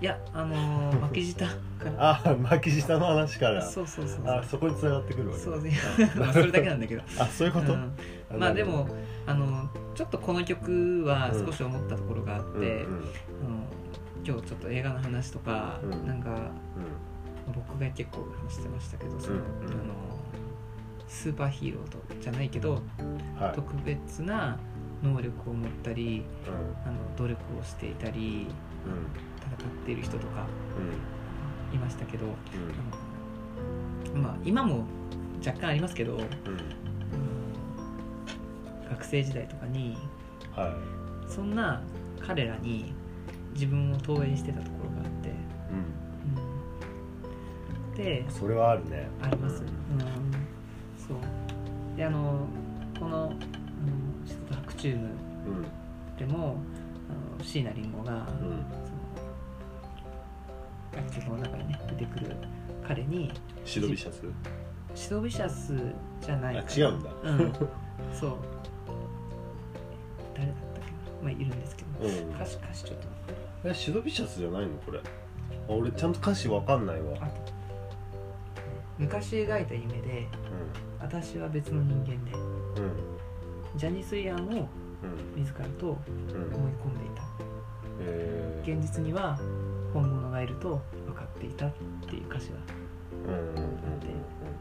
いやあのー、巻き舌からあ巻き舌の話からそうそうそうそうあそこに繋がってくるわけそうねまあそれだけなんだけど、あそういうこうと、ん、まあでもあのちょっとこの曲は少し思ったところがあって、うんうんあの今日ちょっと映画の話とか、うんなんか僕が結構話してましたけどその、うんうんあのスーパーヒーローとじゃないけど、うんはい、特別な能力を持ったりうんあの努力をしていたり戦っている人とかうんいましたけど、うんあのまあ今も若干ありますけど、うんうん学生時代とかにはそんな彼らに自分を投影してたところがあっい、て、うん、うん、でそれはあるねあります、ううんん、そうであのこの「あのシトと白チューうムん」でもあの椎名林檎がうんその楽曲の中にね出てくる彼に白ビシャツシドビシャスじゃなあいかな違うんだ うん、そう誰だったっけなまあいるんですけどうん歌詞歌詞ちょっとえシドビシャツじゃないのこれあ俺ちゃんと歌詞わかんないわあ昔描いた夢で私は別の人間でうんうんジャニス・イアンをうん自らとうん思い込んでいたえー現実には本物がいると分かっていたっていう歌詞うがんうんうん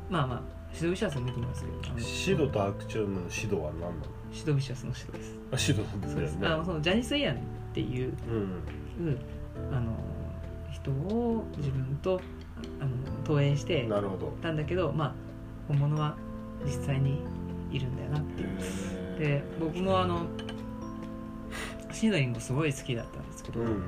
まあまあシドビシャス抜きますけどあうのんシドとアクチュームのシドは何なのシドビシャスのシドですあシドなんだそうです、あよのねそのジャニス・イアンっていううんあの人を自分とあの投影してなるほどたんだけどまあ本物は実際にいるんだよなっていうへーで僕もあのシーナリンゴすごい好きだったんですうけど、んうんうまん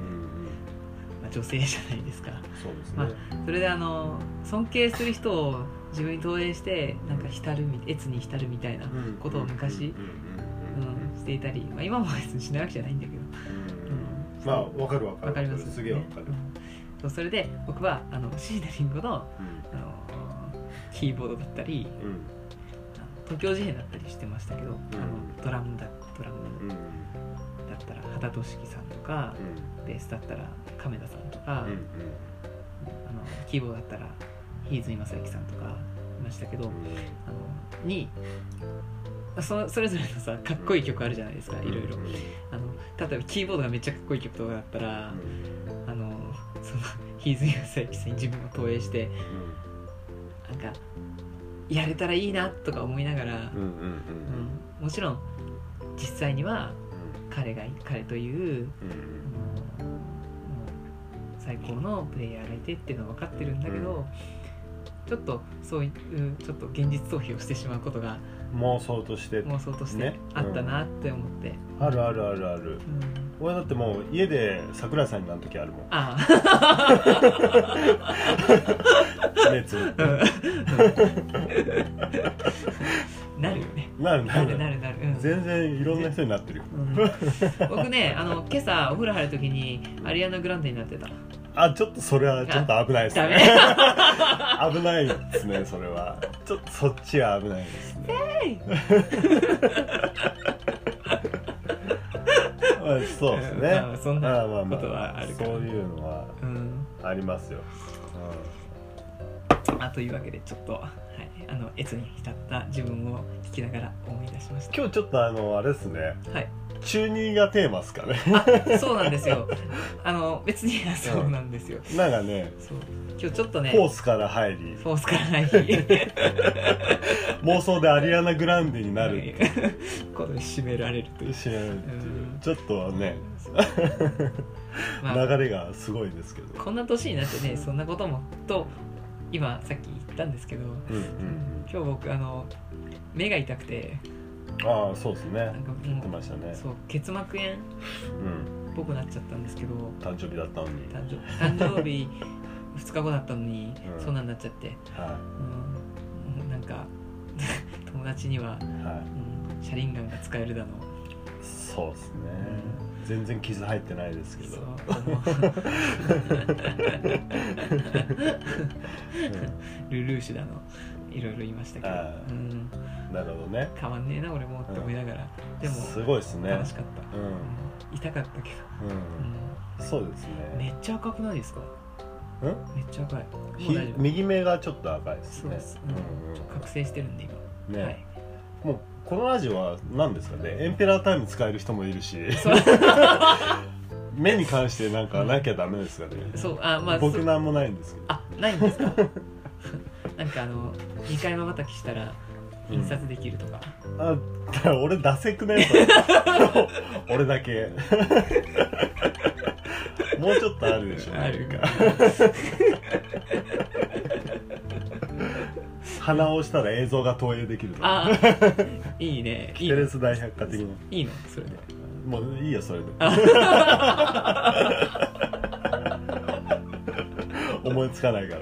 あ、女性じゃないですかそうですね、まあそれであの尊敬する人を自分に投影してなんか浸るみ越に浸るみたいな、うんことを昔うんうんうんうん、していたり、まあ、今も別にしないわけじゃないんだけどうんうんまあわかるわかるわかりますすげえわかるねうんそうそれで僕はあのシーナリンゴのうんあのキーボードだったりうんあの東京事変だったりしてましたけど、あうんのドラムだドラうムんだったら畑俊樹さんとか、ベースだったら亀田さんとうか、んあのキーボードだったら飯泉正幸さんとかいましたけど、うんあのにそそれぞれのさかっこいい曲あるじゃないですか、うんいろいろうんあの例えばキーボードがめっちゃかっこいい曲とかだったら、あのその飯泉正幸さんに自分を投影してなんかやれたらいいなとか思いながら、うんうんうんうんうんもちろん実際には彼が彼といううんうあんのもう最高のプレイヤーがいてっていうのは分かってるんだけど、ちょっとそういうちょっと現実逃避をしてしまうことが妄想として妄想としてねあったなって思って、あるあるあるあるうん俺だってもう家で桜井さんになる時あるもんあ 目つぶってあうんなるよねなるななるなるるなる、うん全然いろんな人になってるようん僕ねあの今朝お風呂入る時にアリアナ・グランデになってたあちょっとそれはちょっと危ないですダねメ危ないですねそれはちょっとそっちは危ないですねまあそうですねまあそんなまあまあまあことはあるかそうらいうのはうんありますよ、あというわけでちょっと、はい、あの越に浸った自分を聞きながら思い出しまし今日ちょっとあのあれですねたはい中二がテーマですかねそうなんですよ あの別にそうなんですよなんかねそう今日ちょっとねフォースから入りフォースからない日妄想でアリアナ・グランデになる これ締められるという知らないっていううんちょっとねまあ流れがすごいですけどこんな年になってねそんなこともと今さっき言ったんですけどうんうん今日僕あの目が痛くてうんああそうですねなんか言ってもましたねうそう結膜炎っうんぽくなっちゃったんですけど誕生日だったのに誕生 誕生日2日後だったのに、うんそんなんなっちゃって、はうんうんなんか 友達には、いはうん、シャリンガンが使えるだのいそうですね全然傷入ってないですけそどううあのルルーシュだのいろいろ言いましたけあど、ーうん、んなるほどね変わんねえな俺もって思いながら、でもすごいですね楽しかった、うんうん痛かったけど、ううんんそうですめねっちゃ赤くないですかうんめっちゃ赤いもうひ大丈夫右目がちょっと赤いですそうねです、うんちょっと覚醒してるんで今、うんねはいもうこのラジオは何ですかねエンペラータイム使える人もいるしそう目に関してなんかなきゃダメですかね、そうあまあ僕そうなんもないんですけどあないんですか なんかあの2回まばたきしたら印刷できるとか、あだから俺ダセくねそれ俺だけもうちょっとあるでしょあるなん鼻を押したら映像が投影できるとかあいいねいいテレス大百科的にいいのそれでもういいよそれ で思いつかないから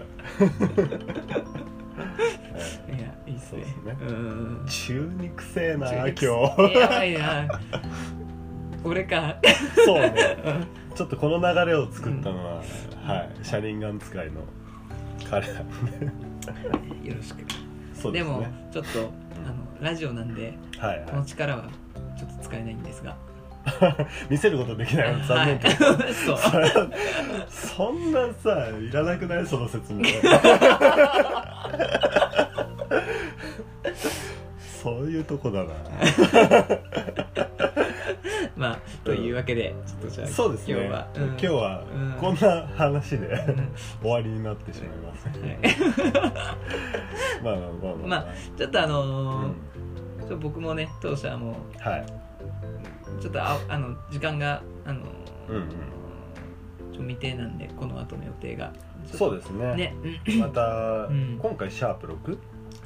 えいやいいっそすねうですねうんえ中肉せえな今日えやばいな俺かそうね ちょっとこの流れを作ったのは、はいシャリンガン使いの彼だよろしくそうでですもねちょっとあのラジオなんではいこのは力はちょっと使えないんですがい見せることできないの残念と、はい そうそんなさいらなくないその説 明そういうとこだなまあというわけでちょっとじゃあそうですね今日は、うん今日はうんこんな話で、うん終わりになってしまいます、はいまあまあまあまあ、まちょっとあのーうんちょっと僕もね当初はもうはいちょっとああの時間があのうんうんちょ未定なんでこの後の予定がそうですねねうんまた、うん今回シャープ6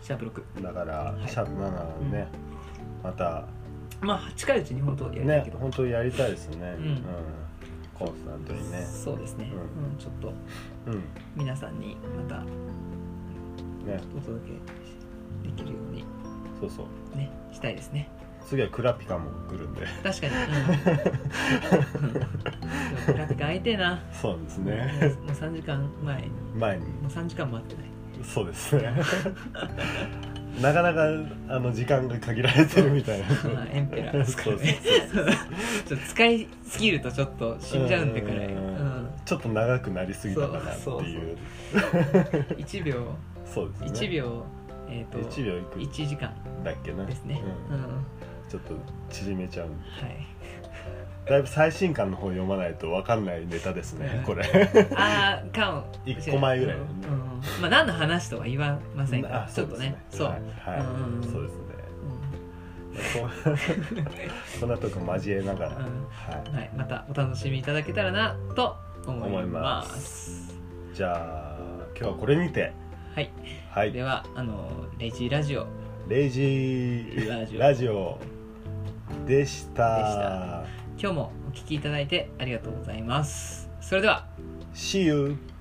シャープ6だから、いシャープ7ね、またまあ近いうちに本当やりたいねけど、本当にやりたいですね、うんコンスタントにねそうですね、ううんちょっとうん皆さんにまたねお届けできるようにそうそうねしたいですね次はクラピカも来るんで 確かに、うんうん、でもグラフィック空いてえなそうですもうねもう3時間前にも前にう3時間待ってないそうですねなかなかあの時間が限られてるみたいなまあエンペラーですからね ちょっと使いすぎるとちょっと死んじゃうんでくらい、ううんん、ちょっと長くなりすぎたかなっていう1秒そうですね1秒えっ、と1秒いく1時間だっけなですね、ううんんはちょっと縮めちゃういだいぶ最新刊の方読まないとわかんないネタですね、うんこれああかも一個前ぐらいうんまあ何の話とは言わ ませんがあちょっとねそそうう、ですはい、はいうんそうですねこう こんなとこ交えながら、うんうんははい、またお楽しみいただけたらなと思思いいまます。いじゃあ今日はこれにてはい、はでいはあのレジラジオレイジーラジオラジオでしたでした今日もお聞きいただいてありがとうございます。それでは。 See you